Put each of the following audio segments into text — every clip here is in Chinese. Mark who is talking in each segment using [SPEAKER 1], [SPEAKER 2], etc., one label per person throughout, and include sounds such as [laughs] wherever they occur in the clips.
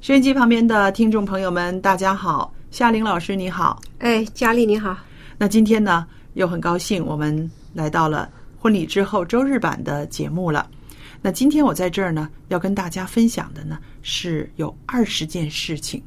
[SPEAKER 1] 收音机旁边的听众朋友们，大家好，夏玲老师你好。
[SPEAKER 2] 哎，佳丽你好，
[SPEAKER 1] 那今天呢，又很高兴我们来到了婚礼之后周日版的节目了。那今天我在这儿呢，要跟大家分享的呢是有二十件事情。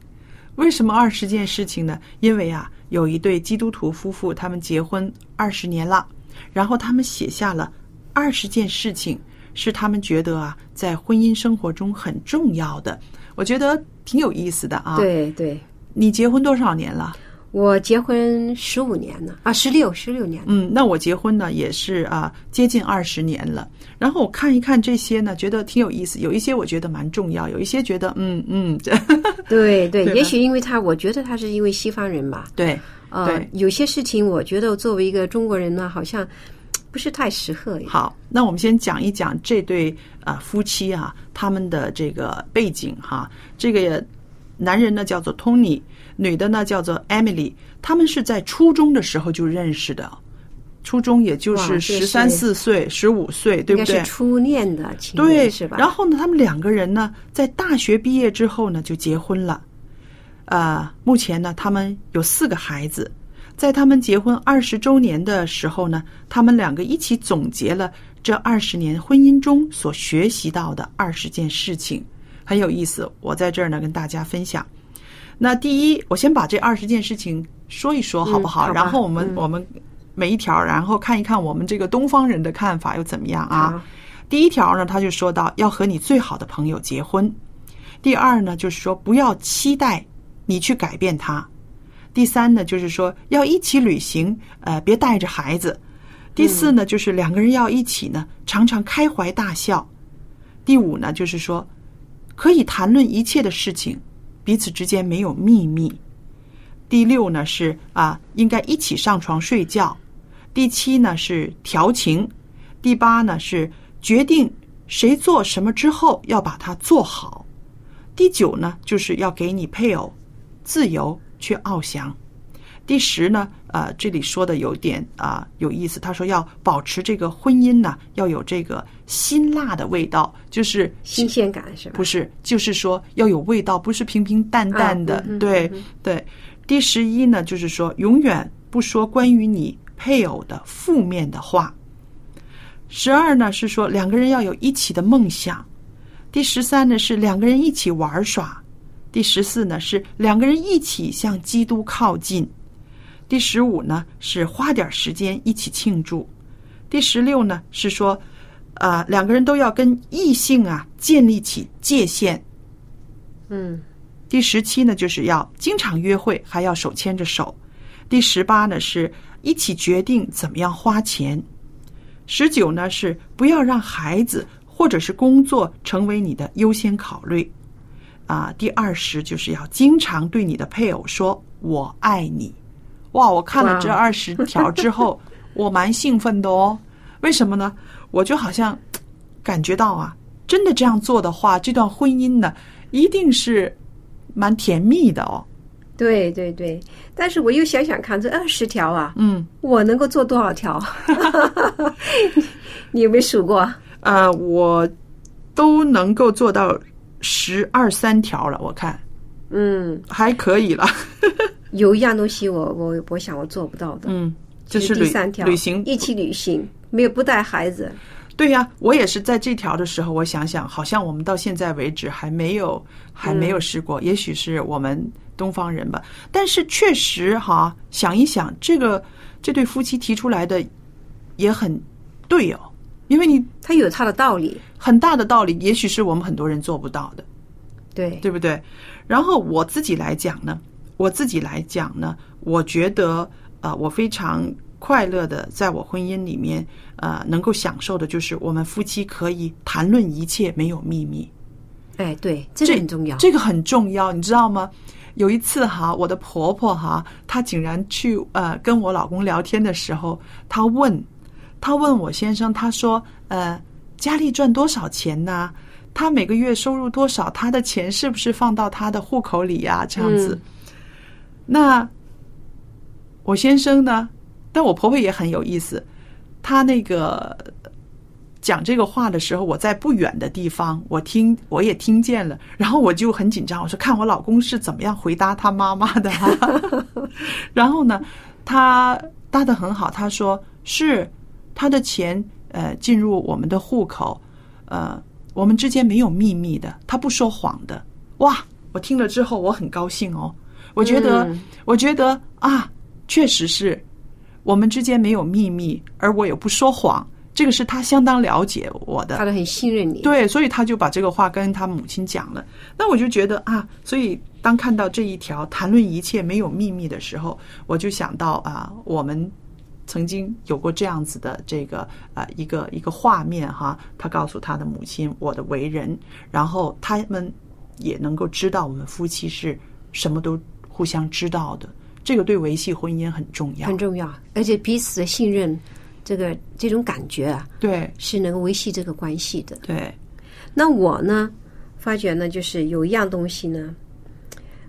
[SPEAKER 1] 为什么二十件事情呢？因为啊，有一对基督徒夫妇，他们结婚二十年了，然后他们写下了二十件事情，是他们觉得啊，在婚姻生活中很重要的。我觉得挺有意思的啊。，
[SPEAKER 2] 对对，
[SPEAKER 1] 你结婚多少年了？
[SPEAKER 2] 我结婚十五年了啊，十六十六年了，
[SPEAKER 1] 嗯，那我结婚呢也是啊，接近二十年了。然后我看一看这些呢，觉得挺有意思，有一些我觉得蛮重要，有一些觉得嗯嗯， [laughs] 这
[SPEAKER 2] 对对，
[SPEAKER 1] 对吧
[SPEAKER 2] 也许因为他，我觉得他是因为西方人吧，
[SPEAKER 1] 对
[SPEAKER 2] 呃
[SPEAKER 1] 对，
[SPEAKER 2] 有些事情我觉得作为一个中国人呢，好像嘖不是太适合。
[SPEAKER 1] 好。那我们先讲一讲这对啊夫妻啊他们的这个背景哈。这个男人呢叫做 Tony，女的呢叫做 Emily，他们是在初中的时候就认识的。初中也就
[SPEAKER 2] 哇这
[SPEAKER 1] 是十
[SPEAKER 2] 个是
[SPEAKER 1] 三四岁、十五岁，对
[SPEAKER 2] 应
[SPEAKER 1] 不
[SPEAKER 2] 该
[SPEAKER 1] 对？
[SPEAKER 2] 是初恋的情
[SPEAKER 1] 对，
[SPEAKER 2] 人是吧？
[SPEAKER 1] 然后呢，他们两个人呢，在大学毕业之后呢，就结婚了。呃，目前呢，他们有四个孩子。在他们结婚二十周年的时候呢，他们两个一起总结了这二十年婚姻中所学习到的二十件事情，很有意思。我在这儿呢跟大家分享。那第一，我先把这二十件事情说一说，好不好？
[SPEAKER 2] 嗯好吧
[SPEAKER 1] 然后我们、
[SPEAKER 2] 嗯
[SPEAKER 1] 我们每一条，然后看一看我们这个东方人的看法又怎么样啊？
[SPEAKER 2] 好
[SPEAKER 1] 第一条呢，他就说到要和你最好的朋友结婚。第二呢，就是说不要期待你去改变他。第三呢，就是说要一起旅行，呃，别带着孩子。第四呢，就是两个人要一起呢，常常开怀大笑。第五呢，就是说可以谈论一切的事情，彼此之间没有秘密。第六呢是啊，应该一起上床睡觉。第七呢是调情，第八呢是决定谁做什么之后要把它做好。第九呢就是要给你配偶自由去翱翔。第十呢，呃，这里说的有点啊、有意思，他说要保持这个婚姻呢，要有这个辛辣的味道，就是
[SPEAKER 2] 新鲜感是吧？
[SPEAKER 1] 不是，就是说要有味道，不是平平淡淡的。
[SPEAKER 2] 啊嗯哼
[SPEAKER 1] 对、对。第十一呢，就是说永远不说关于你配偶的负面的话。十二呢是说两个人要有一起的梦想。第十三呢是两个人一起玩耍。第十四呢是两个人一起向基督靠近。第十五呢是花点时间一起庆祝。第十六呢是说，呃，两个人都要跟异性啊建立起界限。
[SPEAKER 2] 嗯，
[SPEAKER 1] 第十七呢就是要经常约会，还要手牵着手。第十八呢是一起决定怎么样花钱。十九呢是不要让孩子或者是工作成为你的优先考虑。啊，第二十就是要经常对你的配偶说“我爱你”。哇，我看了这
[SPEAKER 2] 哇
[SPEAKER 1] 二十条之后，我蛮兴奋的哦。为什么呢？我就好像感觉到啊，真的这样做的话，这段婚姻呢，一定是蛮甜蜜的哦。
[SPEAKER 2] 对对对，但是我又想想看，这二十条啊，
[SPEAKER 1] 嗯，
[SPEAKER 2] 我能够做多少 [laughs] 条？你有 [laughs] 没有数过？
[SPEAKER 1] 呃，我都能够做到十二三条了，我看
[SPEAKER 2] 嗯，
[SPEAKER 1] 还可以了。
[SPEAKER 2] 有一样东西我我我想我做不到的，
[SPEAKER 1] 嗯， [laughs] 就是
[SPEAKER 2] 第
[SPEAKER 1] 旅
[SPEAKER 2] 三条，
[SPEAKER 1] 旅行
[SPEAKER 2] 一起旅行，没有不带孩子，
[SPEAKER 1] 对呀、我也是在这条的时候，我想想，好像我们到现在为止还没有还没有
[SPEAKER 2] 嗯
[SPEAKER 1] 试过，也许是我们东方人吧。但是确实哈，想一想，这个这对夫妻提出来的也很对哦，因为你
[SPEAKER 2] 它有它的道理。
[SPEAKER 1] 很大的道理，也许是我们很多人做不到的，
[SPEAKER 2] 对，
[SPEAKER 1] 对不对？然后我自己来讲呢，我自己来讲呢，我觉得呃，我非常快乐的，在我婚姻里面，呃，能够享受的就是我们夫妻可以谈论一切，没有秘密，
[SPEAKER 2] 哎，对，这个很重要。
[SPEAKER 1] 这个很重要，你知道吗？有一次哈，我的婆婆哈，她竟然去呃跟我老公聊天的时候，她问，她问我先生，她说，呃，佳丽赚多少钱呢？她每个月收入多少？她的钱是不是放到她的户口里呀、这样子。
[SPEAKER 2] 嗯
[SPEAKER 1] 那我先生呢？但我婆婆也很有意思，她那个讲这个话的时候，我在不远的地方，我听我也听见了，然后我就很紧张，我说看我老公是怎么样回答他妈妈的、啊。 [laughs] 然后呢，他答的很好，他说是他的钱呃进入我们的户口，呃，我们之间没有秘密的，他不说谎的。哇，我听了之后我很高兴哦，我觉得、
[SPEAKER 2] 嗯
[SPEAKER 1] 我觉得啊，确实是我们之间没有秘密，而我也不说谎，这个是他相当了解我的
[SPEAKER 2] 他。都很信任你。
[SPEAKER 1] 对，所以他就把这个话跟他母亲讲了。那我就觉得啊，所以当看到这一条谈论一切没有秘密的时候，我就想到啊，我们曾经有过这样子的这个啊一个一个画面哈，他告诉他的母亲我的为人，然后他们也能够知道我们夫妻是什么都互相知道的，这个对维系婚姻很重要
[SPEAKER 2] 很。重要，而且彼此的信任，这个这种感觉啊，
[SPEAKER 1] 对
[SPEAKER 2] 是能够维系这个关系的。
[SPEAKER 1] 对，
[SPEAKER 2] 那我呢，发觉呢，就是有一样东西呢，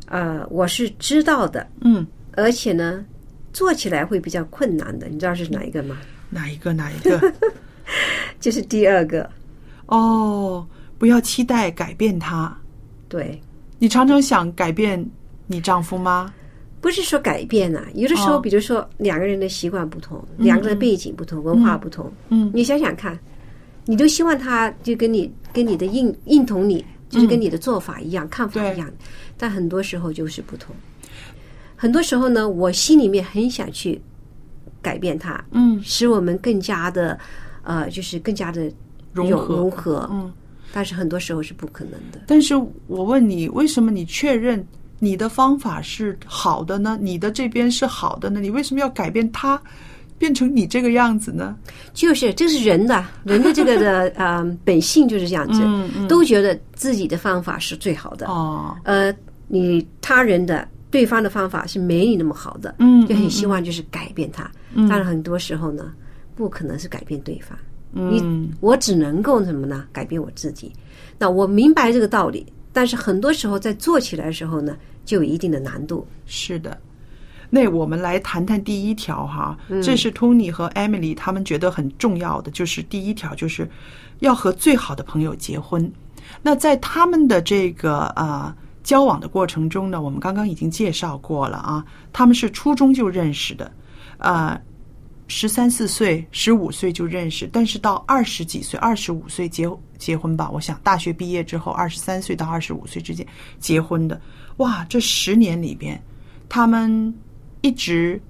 [SPEAKER 2] 呃，我是知道的，
[SPEAKER 1] 嗯，
[SPEAKER 2] 而且呢，做起来会比较困难的。你知道是哪一个吗？
[SPEAKER 1] 哪一个哪一个
[SPEAKER 2] 就是第二个，
[SPEAKER 1] 哦，不要期待改变他。
[SPEAKER 2] 对，
[SPEAKER 1] 你常常想改变你丈夫吗？
[SPEAKER 2] 不是说改变啊，有的时候，
[SPEAKER 1] 哦
[SPEAKER 2] 比如说两个人的习惯不同，两个人的背景不同，文化不同，
[SPEAKER 1] 嗯
[SPEAKER 2] 你想想看，你都希望他就跟你跟你的应应同你，就是跟你的做法一样，看法
[SPEAKER 1] 对
[SPEAKER 2] 一样，但很多时候就是不同。很多时候呢，我心里面很想去改变他，
[SPEAKER 1] 嗯，
[SPEAKER 2] 使我们更加的，呃，就是更加的
[SPEAKER 1] 融
[SPEAKER 2] 有
[SPEAKER 1] 合
[SPEAKER 2] 融合，
[SPEAKER 1] 嗯。
[SPEAKER 2] 但是很多时候是不可能的。
[SPEAKER 1] 但是我问你，为什么你确认你的方法是好的呢？你的这边是好的呢？你为什么要改变他，变成你这个样子呢？
[SPEAKER 2] 就是这是人的，人的这
[SPEAKER 1] [laughs]
[SPEAKER 2] 个的呃本性就是这样子，都觉得自己的方法是最好的，
[SPEAKER 1] 嗯哦，
[SPEAKER 2] 呃，你他人的对方的方法是没你那么好的，
[SPEAKER 1] 嗯
[SPEAKER 2] 就很希望就是改变他，嗯、但是很多时候呢，不可能是改变对方，
[SPEAKER 1] 嗯，
[SPEAKER 2] 我只能够什么呢？改变我自己。那我明白这个道理，但是很多时候在做起来的时候呢，就有一定的难度。
[SPEAKER 1] 是的。那我们来谈谈第一条哈，这是 Tony 和 Emily 他们觉得很重要的，就是第一条就是要和最好的朋友结婚。那在他们的这个啊、呃、交往的过程中呢，我们刚刚已经介绍过了啊，他们是初中就认识的，呃，十三四岁、十五岁就认识，但是到二十几岁、二十五岁结结婚吧。我想大学毕业之后，二十三岁到二十五岁之间结婚的，哇，这十年里边，他们一直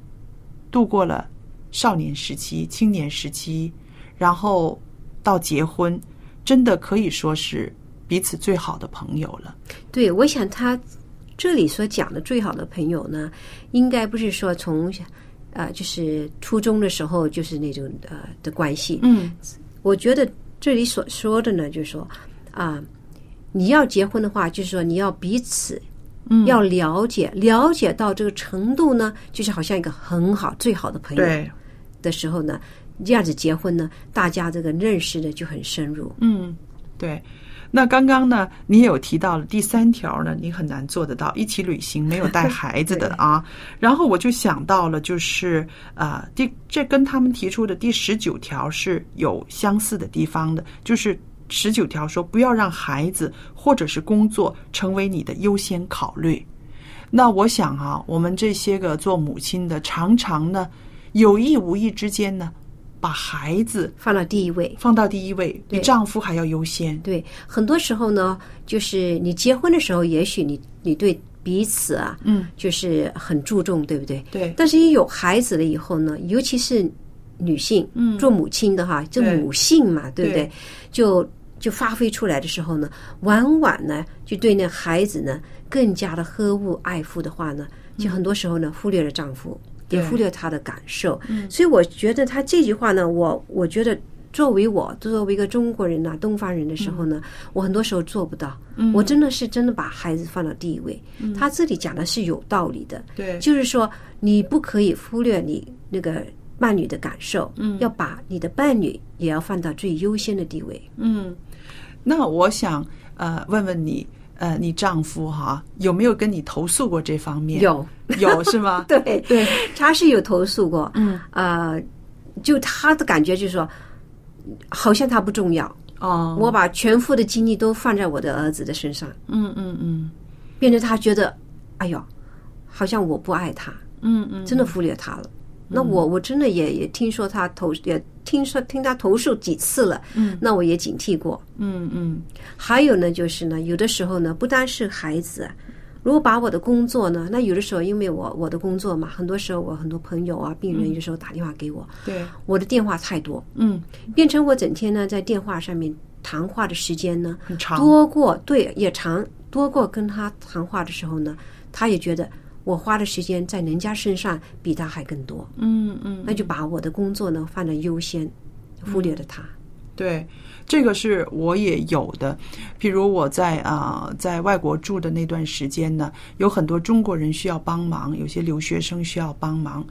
[SPEAKER 1] 度过了少年时期、青年时期，然后到结婚，真的可以说是彼此最好的朋友了。
[SPEAKER 2] 对，我想他这里所讲的最好的朋友呢，应该不是说从呃，就是初中的时候就是那种呃的关系。
[SPEAKER 1] 嗯
[SPEAKER 2] 我觉得这里所说的呢，就是说啊、你要结婚的话，就是说你要彼此。
[SPEAKER 1] 嗯
[SPEAKER 2] 要了解，了解到这个程度呢，就是好像一个很好、最好的朋友
[SPEAKER 1] 对，
[SPEAKER 2] 的时候呢，这样子结婚呢，大家这个认识的就很深入。
[SPEAKER 1] 嗯，对。那刚刚呢，你也有提到了第三条呢，你很难做得到，一起旅行没有带孩子的啊。然后我就想到了，就是呃，第这跟他们提出的第十九条是有相似的地方的，就是十九条说不要让孩子或者是工作成为你的优先考虑。那我想啊，我们这些个做母亲的，常常呢，有意无意之间呢，把孩子
[SPEAKER 2] 放到第一位。
[SPEAKER 1] 放到第一位，比
[SPEAKER 2] 对
[SPEAKER 1] 丈夫还要优先。
[SPEAKER 2] 对，很多时候呢，就是你结婚的时候，也许你你对彼此啊，
[SPEAKER 1] 嗯，
[SPEAKER 2] 就是很注重，对不对？
[SPEAKER 1] 对
[SPEAKER 2] 但是，一有孩子了以后呢，尤其是女性，嗯，做母亲的哈，就
[SPEAKER 1] 对
[SPEAKER 2] 母性嘛，对不对？
[SPEAKER 1] 对
[SPEAKER 2] 就就发挥出来的时候呢，往往呢，就对那孩子呢更加的呵护爱护的话呢，就很多时候呢忽略了丈夫，
[SPEAKER 1] 嗯对
[SPEAKER 2] 也
[SPEAKER 1] 嗯
[SPEAKER 2] 忽略他的感受。所以，我觉得他这句话呢，我我觉得。作为我作为一个中国人呐、啊东方人的时候呢，
[SPEAKER 1] 嗯
[SPEAKER 2] 我很多时候做不到。我真的是真的把孩子放到第一位。
[SPEAKER 1] 嗯
[SPEAKER 2] 他这里讲的是有道理的，
[SPEAKER 1] 对
[SPEAKER 2] 就是说你不可以忽略你那个伴侣的感受，嗯，要把你的伴侣也要放到最优先的地位。
[SPEAKER 1] 嗯那我想呃问问你，呃，你丈夫哈、有没有跟你投诉过这方面？
[SPEAKER 2] 有，
[SPEAKER 1] [laughs] 有是
[SPEAKER 2] [laughs]
[SPEAKER 1] 吗？
[SPEAKER 2] 对
[SPEAKER 1] 对，
[SPEAKER 2] 他是有投诉过，嗯，呃，就他的感觉就是说，好像他不重要，
[SPEAKER 1] 哦，
[SPEAKER 2] 我把全副的精力都放在我的儿子的身上，
[SPEAKER 1] 嗯嗯嗯
[SPEAKER 2] 变得他觉得，哎呦，好像我不爱他，
[SPEAKER 1] 嗯嗯，
[SPEAKER 2] 真的忽略他了。那我我真的也也听说他投也听说听他投诉几次了，嗯，那我也警惕过，
[SPEAKER 1] 嗯嗯
[SPEAKER 2] 还有呢，就是呢，有的时候呢，不单是孩子，如果把我的工作呢，那有的时候因为我我的工作嘛，很多时候我很多朋友啊、病人有时候打电话给我，
[SPEAKER 1] 对，
[SPEAKER 2] 我的电话太多，
[SPEAKER 1] 嗯
[SPEAKER 2] 变成我整天呢在电话上面谈话的时间呢
[SPEAKER 1] 很长
[SPEAKER 2] 多过，对，也长多过跟他谈话的时候呢，他也觉得我花的时间在人家身上比他还更多，
[SPEAKER 1] 嗯嗯，
[SPEAKER 2] 那就把我的工作呢放在优先，忽略了他。
[SPEAKER 1] 对，这个是我也有的。譬如我在啊、呃在外国住的那段时间呢，有很多中国人需要帮忙，有些留学生需要帮忙。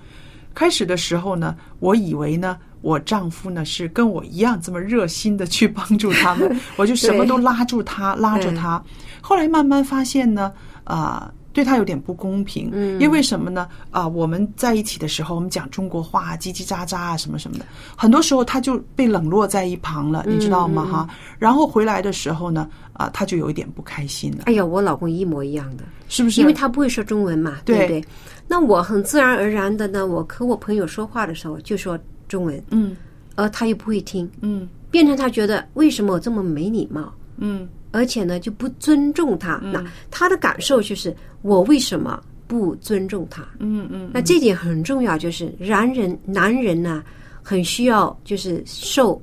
[SPEAKER 1] 开始的时候呢，我以为呢，我丈夫呢是跟我一样这么热心的去帮助他们，我就什么都拉住他，拉着他。后来慢慢发现呢，啊、对他有点不公平，嗯，因为什么呢？啊、我们在一起的时候，我们讲中国话啊，叽叽喳喳啊，什么什么的，很多时候他就被冷落在一旁了，你知道吗？哈、然后回来的时候呢，啊、他就有一点不开心了，
[SPEAKER 2] 哎呀，我老公一模一样的。
[SPEAKER 1] 是不是？
[SPEAKER 2] 因为他不会说中文嘛，对不
[SPEAKER 1] 对
[SPEAKER 2] 对？那我很自然而然的呢，我和我朋友说话的时候就说中文，
[SPEAKER 1] 嗯
[SPEAKER 2] 而他又不会听，
[SPEAKER 1] 嗯
[SPEAKER 2] 变成他觉得为什么我这么没礼貌，
[SPEAKER 1] 嗯，
[SPEAKER 2] 而且呢就不尊重他。那他的感受就是我为什么不尊重他？
[SPEAKER 1] 嗯嗯，
[SPEAKER 2] 那这点很重要，就是男人男人呢、很需要就是受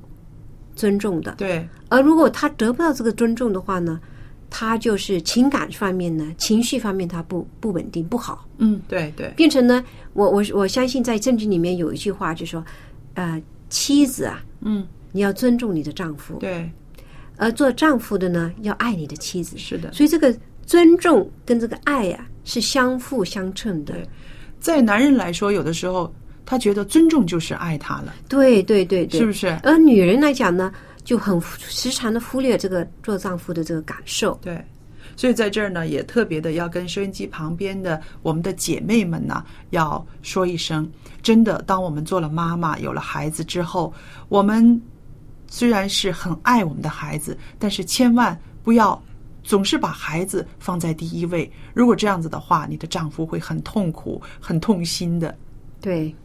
[SPEAKER 2] 尊重的，
[SPEAKER 1] 对，
[SPEAKER 2] 而如果他得不到这个尊重的话呢，他就是情感方面呢，情绪方面他不不稳定不好，
[SPEAKER 1] 嗯对对，
[SPEAKER 2] 变成呢，我我我相信在政治里面有一句话就说，呃，妻子啊，
[SPEAKER 1] 嗯
[SPEAKER 2] 你要尊重你的丈夫，
[SPEAKER 1] 对，
[SPEAKER 2] 而做丈夫的呢，要爱你的妻子。
[SPEAKER 1] 是的。
[SPEAKER 2] 所以这个尊重跟这个爱呀、是相辅相成的。
[SPEAKER 1] 在男人来说，有的时候他觉得尊重就是爱他了，
[SPEAKER 2] 对对对对，
[SPEAKER 1] 是不是？
[SPEAKER 2] 而女人来讲呢，就很时常的忽略这个做丈夫的这个感受。
[SPEAKER 1] 对。所以在这儿呢，也特别的要跟收音机旁边的我们的姐妹们呢，要说一声，真的，当我们做了妈妈、有了孩子之后，我们虽然是很爱我们的孩子，但是千万不要总是把孩子放在第一位。如果这样子的话，你的丈夫会很痛苦、很痛心的。
[SPEAKER 2] 对，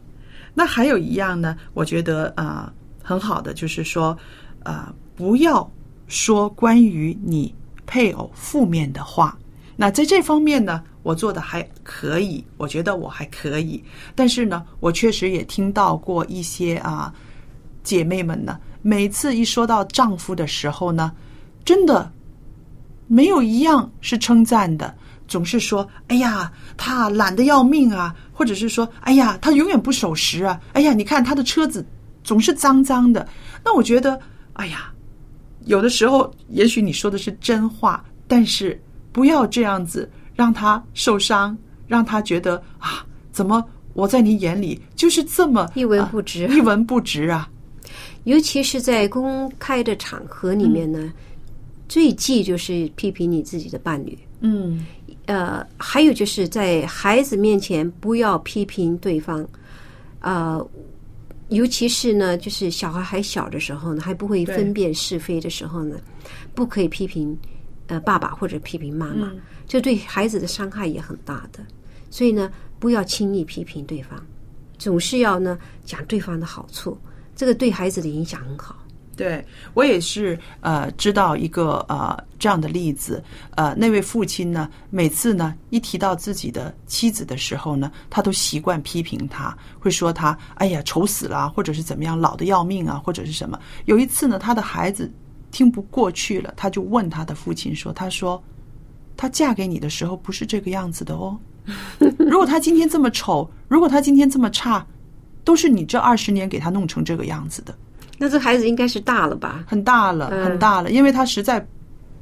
[SPEAKER 1] 那还有一样呢，我觉得啊、呃很好的就是说，啊，不要说关于你配偶负面的话。那在这方面呢，我做的还可以，我觉得我还可以。但是呢，我确实也听到过一些啊、姐妹们呢，每次一说到丈夫的时候呢，真的没有一样是称赞的，总是说：“哎呀，他懒得要命啊！”或者是说：“哎呀，他永远不守时啊！”哎呀，你看他的车子总是脏脏的。那我觉得，哎呀，有的时候也许你说的是真话，但是不要这样子让他受伤，让他觉得啊，怎么我在你眼里就是这么
[SPEAKER 2] 一文
[SPEAKER 1] 啊
[SPEAKER 2] 不值
[SPEAKER 1] 一文不值啊！嗯
[SPEAKER 2] 尤其是在公开的场合里面呢，最忌就是批评你自己的伴侣。
[SPEAKER 1] 嗯
[SPEAKER 2] 呃，还有就是在孩子面前不要批评对方，呃，尤其是呢，就是小孩还小的时候呢，还不会
[SPEAKER 1] 对
[SPEAKER 2] 分辨是非的时候呢，不可以批评呃爸爸或者批评妈妈，这对孩子的伤害也很大的。所以呢，不要轻易批评对方，总是要呢讲对方的好处，这个对孩子的影响很好。
[SPEAKER 1] 对我也是呃知道一个呃这样的例子，呃那位父亲呢，每次呢一提到自己的妻子的时候呢，他都习惯批评她，会说她哎呀丑死了啊，或者是怎么样老的要命啊，或者是什么。有一次呢，他的孩子听不过去了，他就问他的父亲说：“他说她嫁给你的时候不是这个样子的哦，如果她今天这么丑，如果她今天这么差，都是你这二十年给她弄成这个样子的。”
[SPEAKER 2] 那这孩子应该是大了吧？
[SPEAKER 1] 很大了，
[SPEAKER 2] 嗯
[SPEAKER 1] 很大了，因为他实在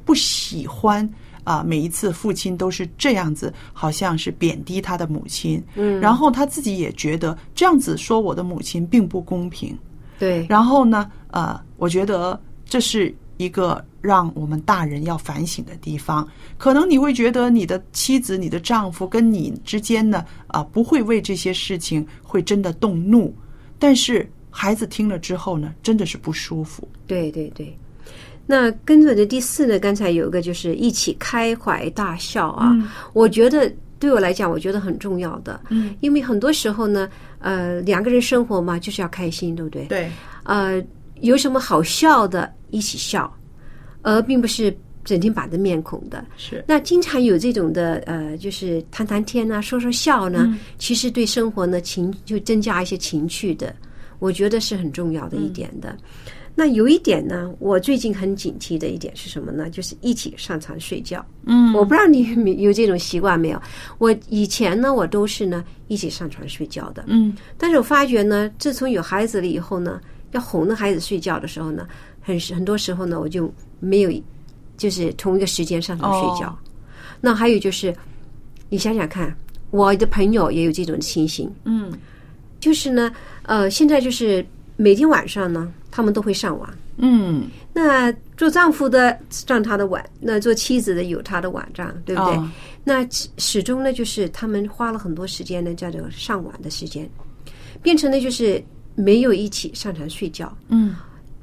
[SPEAKER 1] 不喜欢啊、每一次父亲都是这样子，好像是贬低他的母亲，嗯，然后他自己也觉得这样子说我的母亲并不公平，
[SPEAKER 2] 对，
[SPEAKER 1] 然后呢，呃，我觉得这是一个让我们大人要反省的地方。可能你会觉得你的妻子、你的丈夫跟你之间呢，啊、不会为这些事情会真的动怒，但是孩子听了之后呢，真的是不舒服。
[SPEAKER 2] 对对对。那跟着的第四呢，刚才有一个就是一起开怀大笑啊，我觉得对我来讲，我觉得很重要的，嗯，因为很多时候呢，呃，两个人生活嘛，就是要开心，对不对？
[SPEAKER 1] 对，
[SPEAKER 2] 呃，有什么好笑的，一起笑，而并不是整天板着面孔的。
[SPEAKER 1] 是
[SPEAKER 2] 那经常有这种的呃，就是谈谈天啊，说说笑呢，其实对生活呢情就增加一些情趣的，我觉得是很重要的一点的。那有一点呢，我最近很警惕的一点是什么呢？就是一起上床睡觉。嗯，我不知道你有没有这种习惯没有？我以前呢，我都是呢一起上床睡觉的。
[SPEAKER 1] 嗯，
[SPEAKER 2] 但是我发觉呢，自从有孩子了以后呢，要哄着孩子睡觉的时候呢，很很多时候呢，我就没有就是同一个时间上床睡觉。
[SPEAKER 1] 哦
[SPEAKER 2] 那还有就是，你想想看，我的朋友也有这种情形。嗯，就是呢，呃，现在就是每天晚上呢，他们都会上网。
[SPEAKER 1] 嗯，
[SPEAKER 2] 那做丈夫的上他的网，那做妻子的有他的网站，对不对？
[SPEAKER 1] 啊
[SPEAKER 2] 那始始终呢，就是他们花了很多时间呢，叫做上网的时间，变成了就是没有一起上床睡觉。
[SPEAKER 1] 嗯，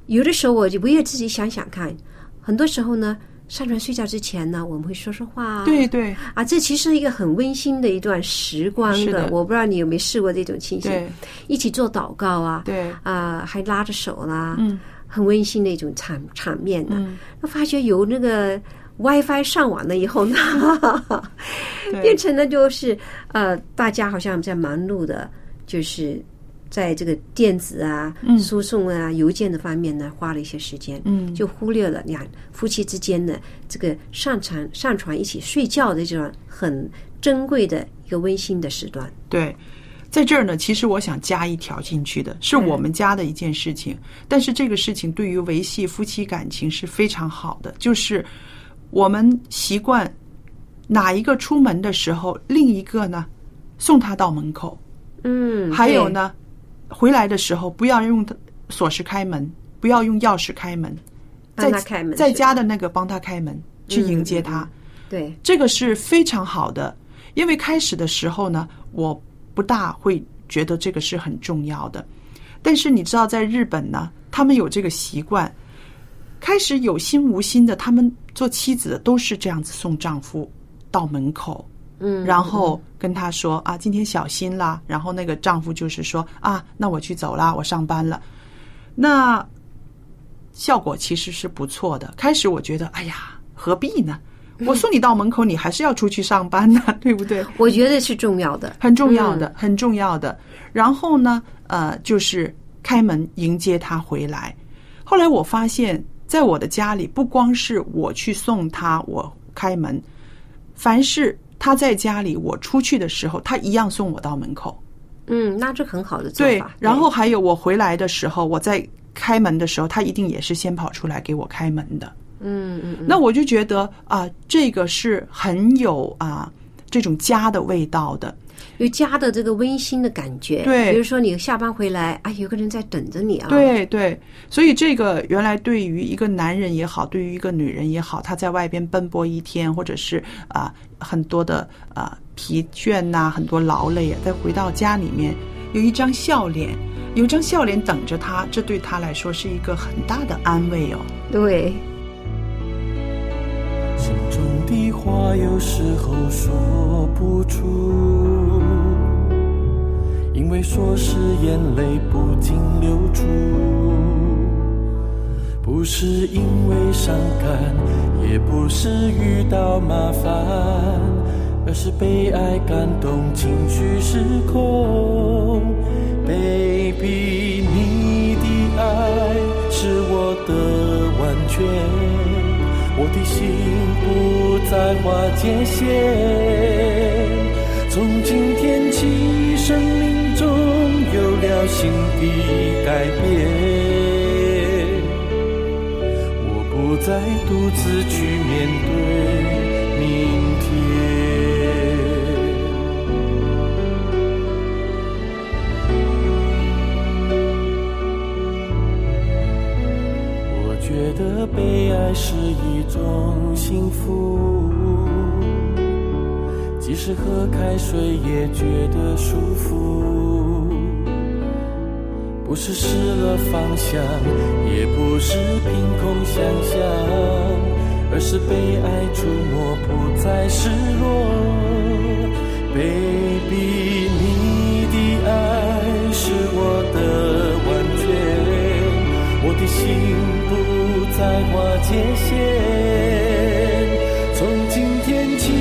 [SPEAKER 2] 有的时候我就我也自己想想看，很多时候呢，上床睡觉之前呢，我们会说说话啊，
[SPEAKER 1] 对对
[SPEAKER 2] 啊，这其实是一个很温馨的一段时光
[SPEAKER 1] 是
[SPEAKER 2] 的
[SPEAKER 1] 的。
[SPEAKER 2] 我不知道你有没有试过这种情形，
[SPEAKER 1] 对
[SPEAKER 2] 一起做祷告啊，
[SPEAKER 1] 对，
[SPEAKER 2] 啊，还拉着手啦，
[SPEAKER 1] 嗯，
[SPEAKER 2] 很温馨的一种场场面呢、 [laughs]
[SPEAKER 1] 嗯
[SPEAKER 2] 那发觉有那个 WiFi 上网了以后呢，变成了就是呃，大家好像在忙碌的，就是在这个电子啊、输送啊、邮件的方面呢，花了一些时间，
[SPEAKER 1] 嗯
[SPEAKER 2] 就忽略了两夫妻之间的这个上床上床一起睡觉的这种很珍贵的一个温馨的时段。
[SPEAKER 1] 对，在这儿呢，其实我想加一条进去的，
[SPEAKER 2] 嗯
[SPEAKER 1] 是我们家的一件事情，但是这个事情对于维系夫妻感情是非常好的，就是我们习惯哪一个出门的时候，另一个呢送他到门口，
[SPEAKER 2] 嗯，
[SPEAKER 1] 还有
[SPEAKER 2] 对，
[SPEAKER 1] 呢，回来的时候不要用锁匙开门，不要用钥匙开门，在
[SPEAKER 2] 帮他开门
[SPEAKER 1] 在
[SPEAKER 2] 是吧嗯
[SPEAKER 1] 家的那个帮他开门，去迎接他。
[SPEAKER 2] 对
[SPEAKER 1] 这个是非常好的，因为开始的时候呢，我不大会觉得这个是很重要的。但是你知道，在日本呢，他们有这个习惯，开始有心无心的，他们做妻子的都是这样子送丈夫到门口，
[SPEAKER 2] 嗯，
[SPEAKER 1] 然后跟他说啊，今天小心啦。然后那个丈夫就是说啊，那我去走啦，我上班了。那效果其实是不错的。开始我觉得，哎呀，何必呢？我送你到门口，你还是要出去上班呢，对不对？
[SPEAKER 2] 我觉得是重要的。
[SPEAKER 1] 很重要
[SPEAKER 2] 嗯
[SPEAKER 1] 的，很重要的。然后呢，呃，就是开门迎接他回来。后来我发现，在我的家里，不光是我去送他，我开门，凡是他在家里，我出去的时候，他一样送我到门口。
[SPEAKER 2] 嗯，那这很好的做
[SPEAKER 1] 对
[SPEAKER 2] 法。，
[SPEAKER 1] 然后还有我回来的时候，我在开门的时候，他一定也是先跑出来给我开门的。
[SPEAKER 2] 嗯嗯嗯，
[SPEAKER 1] 那我就觉得啊、这个是很有啊、这种家的味道的。
[SPEAKER 2] 有家的这个温馨的感觉。
[SPEAKER 1] 对
[SPEAKER 2] 比如说你下班回来，啊，有个人在等着你啊。，
[SPEAKER 1] 对对，所以这个原来对于一个男人也好，对于一个女人也好，他在外边奔波一天，或者是啊、很多的啊、疲倦呐、很多劳累啊，再回到家里面有一张笑脸，有一张笑脸等着他，这对他来说是一个很大的安慰哦。
[SPEAKER 2] 对，
[SPEAKER 3] 心中的话有时候说不出，因为说是眼泪不停流出，不是因为伤感，也不是遇到麻烦，而是被爱感动，情绪失控。Baby，你的爱是我的完全。我的心不再划界限。从今天起，生命中有了新的改变，我不再独自去面对明天。我觉得被爱是一种幸福，即使喝开水也觉得舒服。不是失了方向，也不是凭空想象，而是被爱触摸，不再失落。Baby，你的爱是我的完全。我的心不再划界限。从今天起，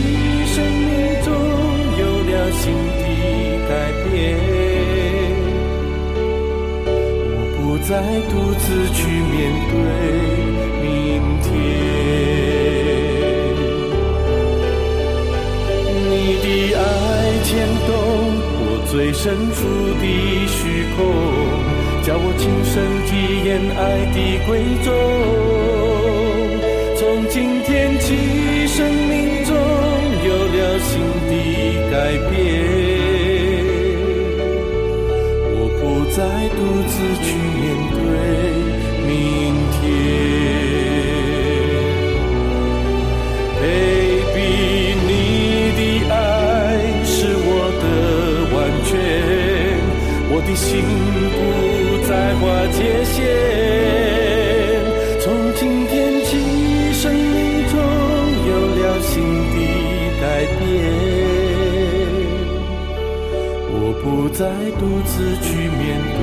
[SPEAKER 3] 生命中有了新的改变，我不再独自去面对明天。你的爱牵动我最深处的虚空，叫我亲身体验爱的贵重。从今天起，生命中有了新的改变，我不再独自去面对明天。Baby，你的爱是我的完全，我的心不再划界限。从今天起，生命中有了新的改变，我不再独自去面对。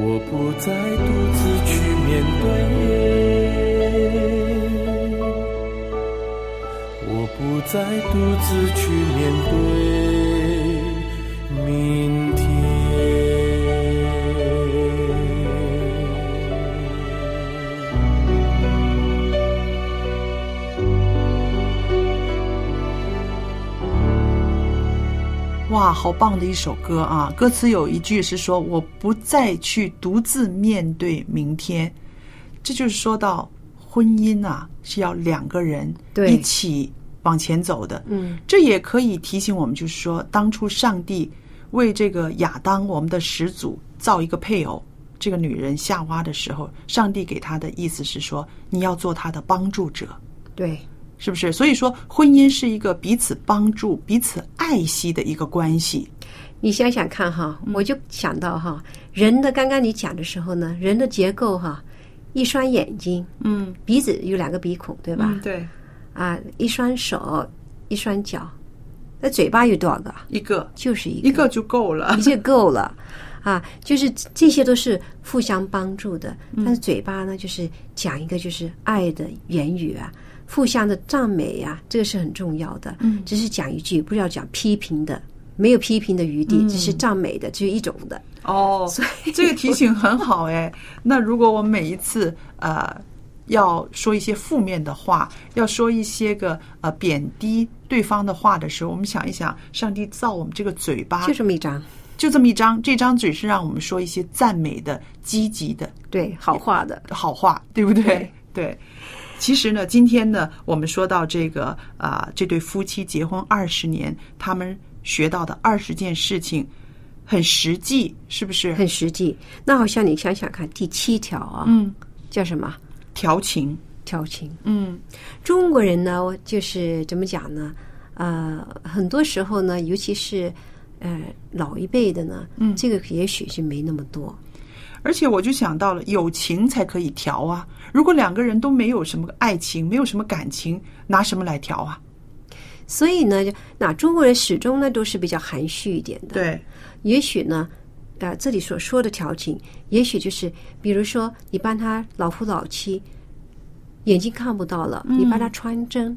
[SPEAKER 3] 我不再独自去面对，我不再独自去面对明天。
[SPEAKER 1] 哇，好棒的一首歌啊！歌词有一句是说：“我不再去独自面对明天。”这就是说到婚姻啊，是要两个人
[SPEAKER 2] 对
[SPEAKER 1] 一起往前走的。
[SPEAKER 2] 嗯，
[SPEAKER 1] 这也可以提醒我们，就是说，当初上帝为这个亚当，我们的始祖，造一个配偶，这个女人夏娃的时候，上帝给他的意思是说，你要做他的帮助者。
[SPEAKER 2] 对，
[SPEAKER 1] 是不是？所以说，婚姻是一个彼此帮助、彼此爱惜的一个关系。
[SPEAKER 2] 你想想看哈，
[SPEAKER 1] 嗯
[SPEAKER 2] 我就想到哈，人的刚刚你讲的时候呢，人的结构哈，一双眼睛，
[SPEAKER 1] 嗯，
[SPEAKER 2] 鼻子有两个鼻孔，对吧？
[SPEAKER 1] 对，
[SPEAKER 2] 啊，一双手，一双脚，那嘴巴有多少个？
[SPEAKER 1] 一个
[SPEAKER 2] 就是一个，
[SPEAKER 1] 一个就够了
[SPEAKER 2] 你。就够了。啊，就是这些都是互相帮助的，但是嘴巴呢，就是讲一个就是爱的言语啊，互相的赞美呀、这个是很重要的。嗯，只是讲一句，不要讲批评的，没有批评的余地，只是赞美的，只有一种的。
[SPEAKER 1] [laughs] 哦，这个提醒很好 [laughs] 哎。那如果我每一次呃要说一些负面的话，要说一些个呃贬低对方的话的时候，我们想一想，上帝造我们这个嘴巴
[SPEAKER 2] 就这么一张，
[SPEAKER 1] 就这么一张，这张嘴是让我们说一些赞美的、积极的
[SPEAKER 2] 对，好话的。
[SPEAKER 1] [laughs] 好话，对不对？对。其实呢，今天呢，我们说到这个啊、这对夫妻结婚二十年，他们学到的二十件事情，很实际，是不是？
[SPEAKER 2] 很实际。那好像你想想看，第七条啊，
[SPEAKER 1] 嗯，
[SPEAKER 2] 叫什么？
[SPEAKER 1] 调情，
[SPEAKER 2] 调情。
[SPEAKER 1] 嗯
[SPEAKER 2] 中国人呢，就是怎么讲呢？呃，很多时候呢，尤其是呃老一辈的呢，嗯，这个也许是没那么多。
[SPEAKER 1] 而且我就想到了，有情才可以调啊。如果两个人都没有什么爱情，没有什么感情，拿什么来调啊？
[SPEAKER 2] 所以呢，就那中国人始终呢都是比较含蓄一点的。，
[SPEAKER 1] 对，
[SPEAKER 2] 也许呢，呃，这里所说的调情，也许就是比如说你帮他老夫老妻，眼睛看不到了，
[SPEAKER 1] 嗯
[SPEAKER 2] 你帮他穿针，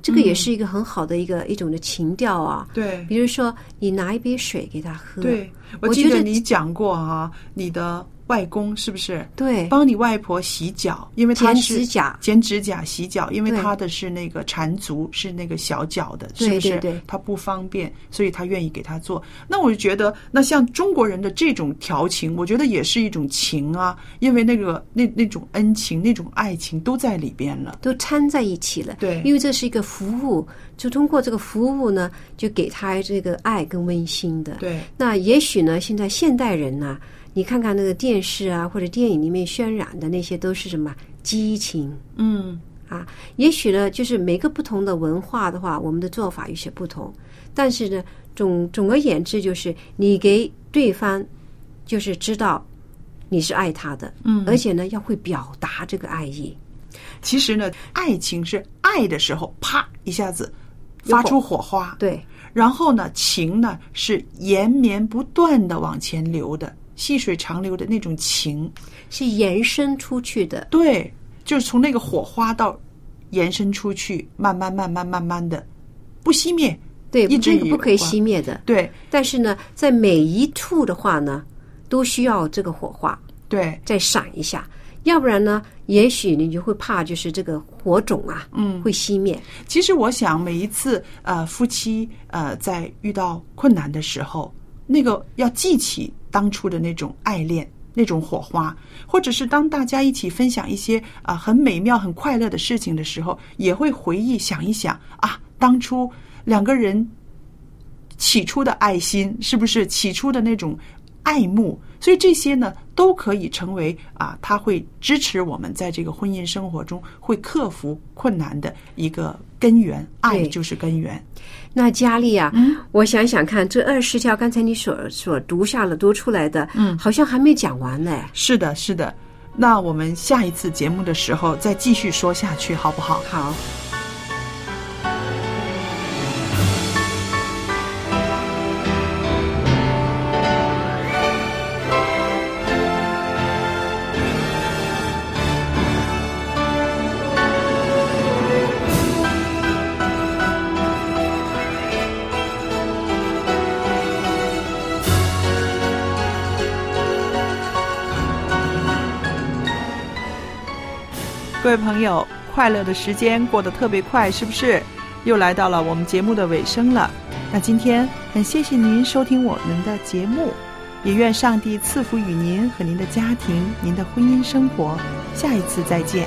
[SPEAKER 2] 这个也是一个很好的一个一种的情调啊。
[SPEAKER 1] 对
[SPEAKER 2] 比如说你拿一杯水给他喝。
[SPEAKER 1] 嗯对，我
[SPEAKER 2] 我
[SPEAKER 1] 记
[SPEAKER 2] 觉
[SPEAKER 1] 得
[SPEAKER 2] 得
[SPEAKER 1] 你讲过啊，你的外公是不是？
[SPEAKER 2] 对
[SPEAKER 1] 帮你外婆洗脚，因为她
[SPEAKER 2] 剪
[SPEAKER 1] 是
[SPEAKER 2] 指甲
[SPEAKER 1] 剪指甲、洗脚，因为
[SPEAKER 2] 对
[SPEAKER 1] 她的是那个缠足，是那个小脚的，
[SPEAKER 2] 对
[SPEAKER 1] 是不是？
[SPEAKER 2] 对对
[SPEAKER 1] 她不方便，所以她愿意给她做。那我就觉得，那像中国人的这种调情，我觉得也是一种情啊，因为那个那那种恩情、那种爱情都在里边了。
[SPEAKER 2] 都掺在一起了。
[SPEAKER 1] 对
[SPEAKER 2] 因为这是一个服务，就通过这个服务呢，就给他这个爱跟温馨的。
[SPEAKER 1] 对，
[SPEAKER 2] 那也许呢，现在现代人呢、你看看那个电视啊或者电影里面渲染的那些都是什么激情
[SPEAKER 1] 嗯，
[SPEAKER 2] 啊？也许呢，就是每个不同的文化的话，我们的做法有些不同，但是呢，总总而言之，就是你给对方就是知道你是爱他的，嗯，而且呢要会表达这个爱意，
[SPEAKER 1] 其实呢，爱情是爱的时候，啪一下子发出火花，
[SPEAKER 2] 对。
[SPEAKER 1] 然后呢，情呢是延绵不断的往前流的，细水长流的那种情，
[SPEAKER 2] 是延伸出去的。
[SPEAKER 1] 对，就是从那个火花到延伸出去，慢慢慢慢慢慢的不熄灭，
[SPEAKER 2] 对，
[SPEAKER 1] 一直
[SPEAKER 2] 这个
[SPEAKER 1] 以
[SPEAKER 2] 不可以
[SPEAKER 1] 火
[SPEAKER 2] 熄灭的。
[SPEAKER 1] 对
[SPEAKER 2] 但是呢，在每一处的话呢，都需要这个火花
[SPEAKER 1] 对，
[SPEAKER 2] 再闪一下，要不然呢，也许你就会怕就是这个火种啊，嗯，会熄灭。
[SPEAKER 1] 其实我想，每一次呃夫妻呃在遇到困难的时候，那个要记起当初的那种爱恋。那种火花，或者是当大家一起分享一些啊、很美妙、很快乐的事情的时候，也会回忆想一想啊，当初两个人起初的爱心，是不是起初的那种爱慕？所以这些呢，都可以成为啊，它会支持我们在这个婚姻生活中会克服困难的一个根源。爱
[SPEAKER 2] 对
[SPEAKER 1] 就是根源，
[SPEAKER 2] 那佳丽啊，我想想看，这二十条刚才你所所读下了读出来的，嗯，好像还没讲完呢。
[SPEAKER 1] 是的，是的。那我们下一次节目的时候再继续说下去，好不好？
[SPEAKER 2] 好，
[SPEAKER 1] 各位朋友，快乐的时间过得特别快，是不是？又来到了我们节目的尾声了。那今天很谢谢您收听我们的节目，也愿上帝赐福与您和您的家庭、您的婚姻生活。下一次再见。